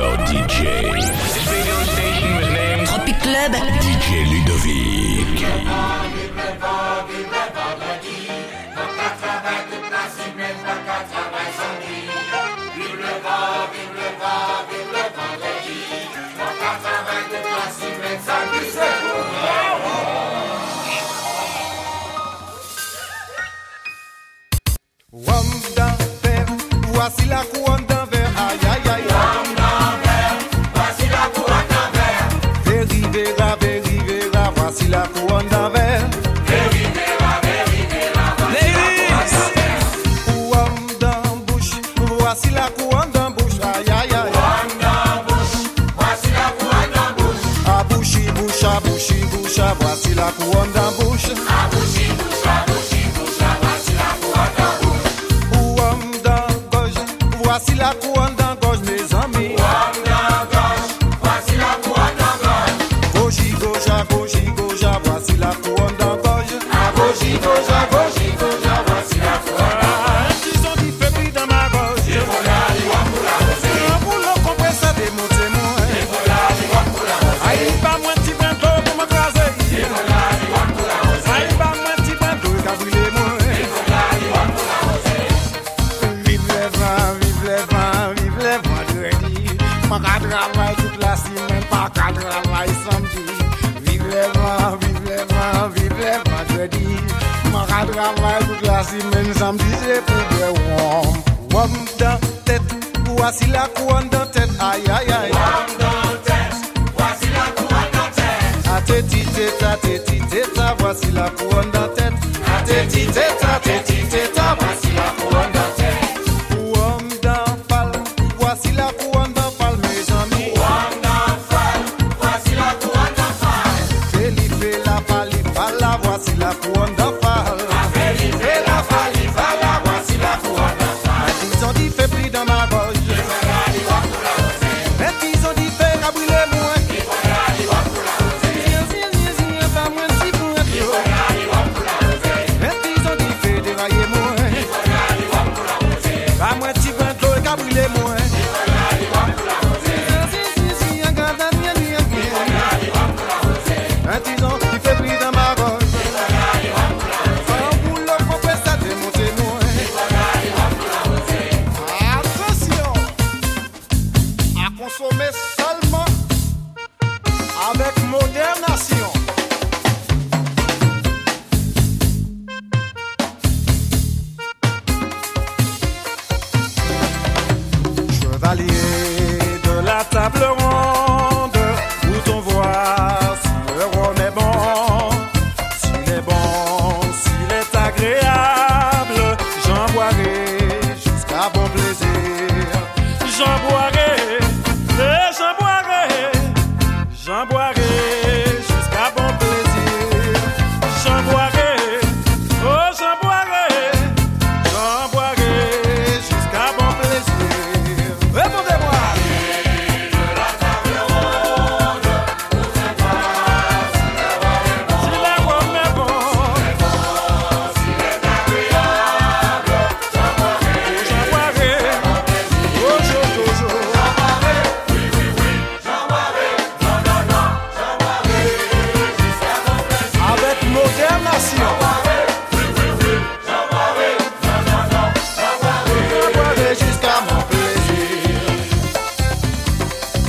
DJ. This radio station was named Tropic Club. DJ Ludovic. Homme d'affaires, voici la couronne d'un verre. Aïe aïe aïe aïe. Verivera, Verivera, voici la couronne d'un verre. Ou homme d'un bouche, voici la couronne d'un bouche. Aïe aïe aïe. À bouche, bouche, à bouche, bouche, à voici la couronne d'un bouche. Ou homme d'un gauche, voici la couronne d'un gauche, mes amis. Gauche, gauche, à gauche, gauche, à voici la couronne d'un gauche. Ah, Artisan qui fait bruit dans ma gauche. Grand boulot compressé, démontez-moi. Aïe, pas Ah, moins petit bandeau pour m'écraser. Aïe, pas moins petit bandeau qu'à brûler, moi. Vive le vent, vive le vent, vive le vendredi. Pas qu'à travailler toute la semaine, pas qu'à travailler samedi. Vive le vent, vive le vent, vive le vendredi. Pas qu'à travailler toute la semaine, samedi c'est pour le warm. Warm dans tête, voici la couronne dans tête, aïe aïe aïe. A tête, tête, ta tête, tête, ta, voici la couronne dans tête. A tête, tête, ta tête, tête, ta, voici la couronne dans tête. Ouam dan fal, wasi la kouan dan fal, me zami Felipe la pali pala, wasi la kouan dan fal Ils ont dit fais pli dans ma gauche Et ils ont dit fais rabouler moins Zin, zin, zin, zin, pas moins si bon. Et ils ont dit fais dérailler moins Ba mwen ti bantlo e ka brile mwen Un tizan ki fe pri dan ma roche San boulot kon pe sa demonte mwen Atensyon A konsome salman Avèk modernasyon Chevalier de la table ronde, où on voit si le rhum est bon, s'il est bon, s'il est agréable, j'en boirai jusqu'à bon plaisir. J'en boirai, et j'en boirai, j'en boirai. jusqu'à bon plaisir. J'en boirai, oh j'en boirai, J'en boirai jusqu'à bon plaisir. Répondez-moi. de la table oh,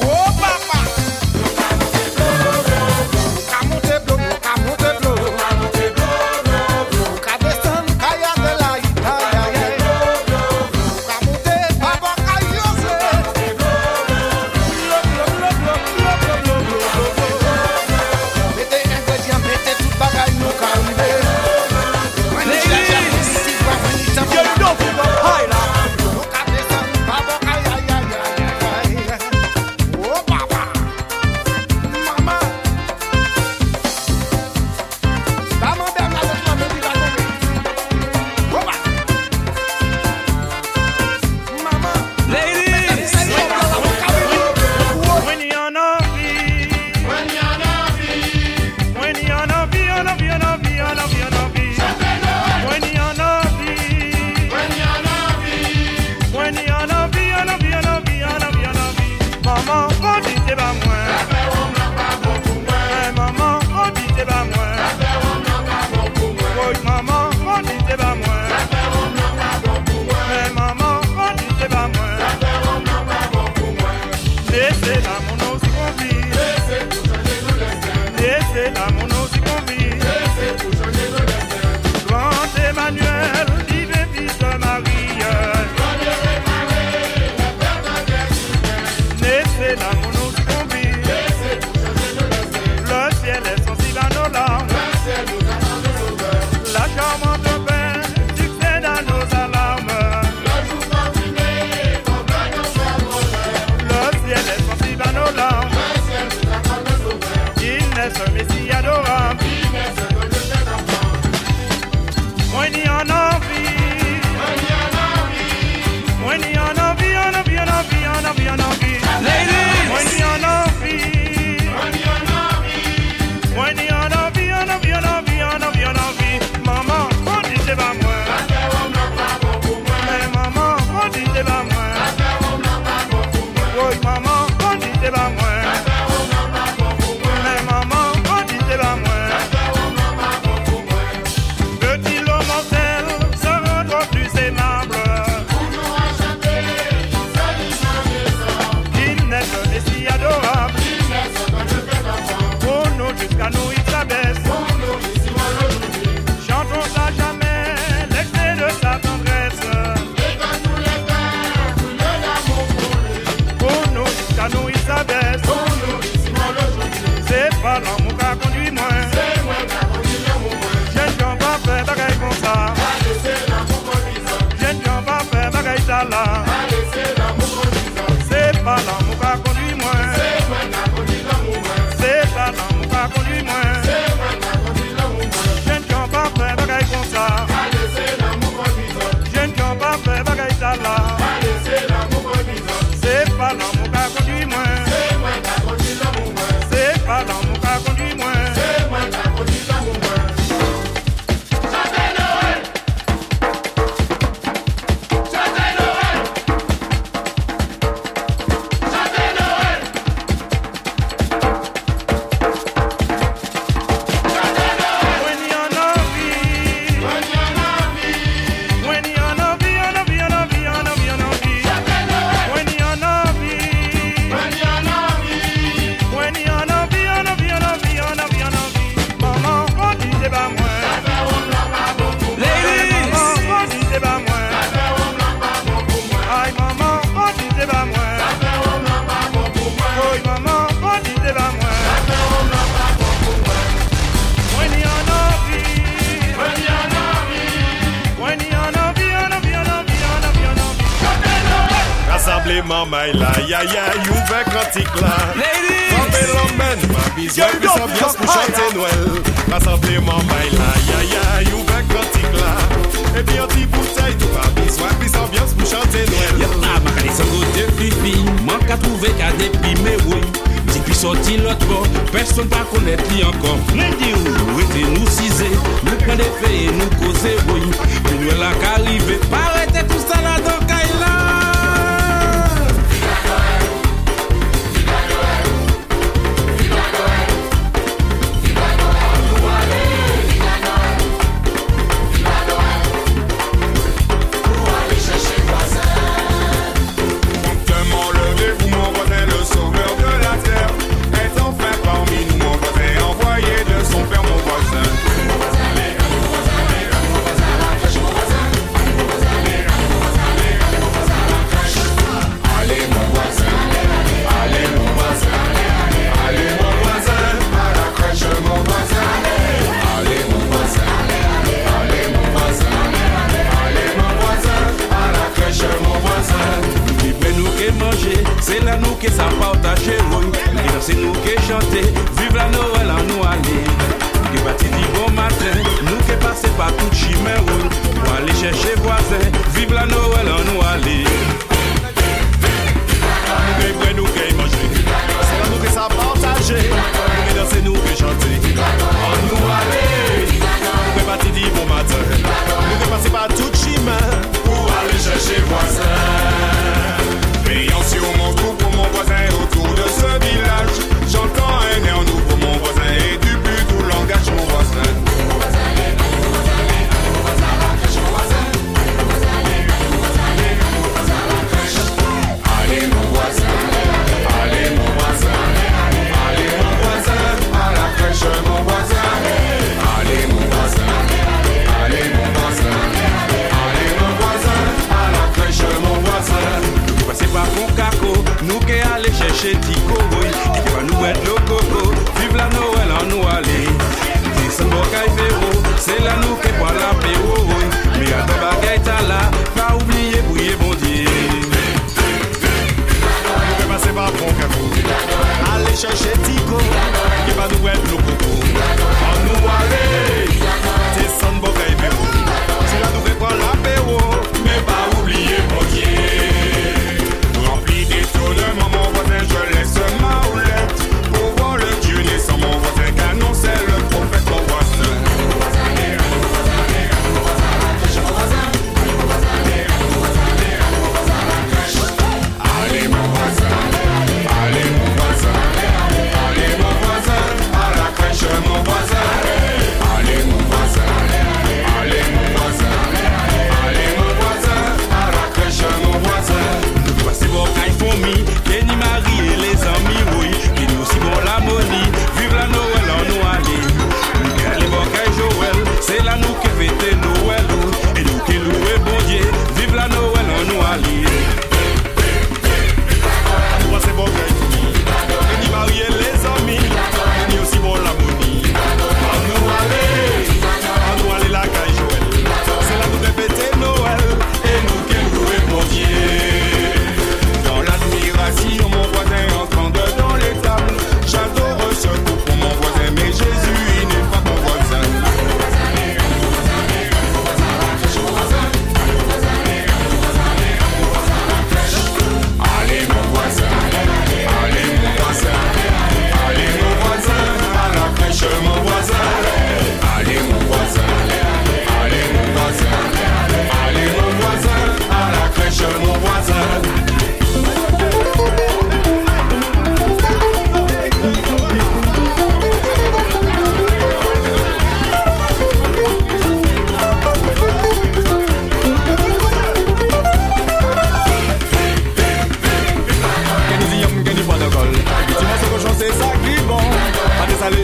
Oh, la la Se pa l'amour ka kondwi mwen Se pa l'amour ka kondwi mwen Jen ki an pa fe bagay kon sa Jen ki an pa fe bagay sa la Se pa l'amour ka kondwi mwen Se pa l'amour ka kondwi mwen When you're not free When you're not free, you're not free, you're not free, you're not free, you're not free. When you're not free When you're not free, you're not free, you're not free, you're not free, you're not free. Maman, faut dire c'est pas moi. Ladies, maman, faut dire c'est pas moi. Aïe, maman, faut dire c'est pas moi. Aïe, maman, faut dire c'est pas moi. When you're not free When you're not free, you're not free, you're not free, you're not free, you're not free. Rassembleman may la, ya ya, youve kantik la Fombe lomen, ma bizwen, pis ambyans pou chante Noel Rassembleman may la, ya ya, youve kantik la Epi an ti boutay, tou ma bizwen, pis ambyans pou chante Noel Yep, a bakale san kote fifi Man ka trouve ka depi me woy Di pi soti lot bo Person pa konet li ankon Mwen di ou ete nou size Nou pren de fe e nou koze woy Pi nou la ka rive Parete tout sa la dan e kay la Tellement levé, vous m'envoyez le sauveur de la terre Est enfin parmi nous, mon voisin envoyé de son père, mon voisin Li pe nou ke manje Se la nou ke sa partaje woy Li danse nou ke chante Vive la Noël an nou ale Nou Ke bati di bon matin Nou ke pase pa tout chimè woy Po ale chèche voisin Vive la Noël an nou ale Mwen pre nou ke manje Se la nou ke sa partaje Mwen danse nou ke chante An nou ale Mwen pati di bon matin Mwen pre pase pa tout chiman Pou ale chache voisin Veillant sur mon cou pour mon voisin Autour de ce village J'entends un air nous pour mon voisin Et du but tout langage mon voisin Nou pase pa kon kako Nou ke ale chèche ti koboy Ki te pa nou et lo koko Vive la Noël an nou ale Disen bo kay vero Se la nou ke pa la pe woy Me a te bagay ta la Pa oubliye bouye bondye Mwen pase pa pon kakou Ale chache tiko Ke pa nou et nou koko An nou ale Te san bo kay vero Se la nou fe pran l'apero Men pa oubliye potye Rempli d'étonnement mon voisin Je laisse ma houlette Pour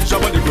Chaban de